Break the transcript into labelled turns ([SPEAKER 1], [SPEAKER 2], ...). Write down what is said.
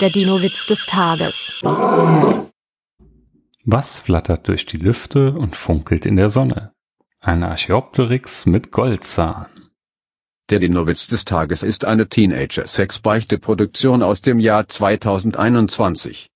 [SPEAKER 1] Der Dino-Witz des Tages.
[SPEAKER 2] Was flattert durch die Lüfte und funkelt in der Sonne? Ein Archaeopteryx mit Goldzahn.
[SPEAKER 3] Der Dinowitz des Tages ist eine Teenager-Sex-Beichte-Produktion aus dem Jahr 2021.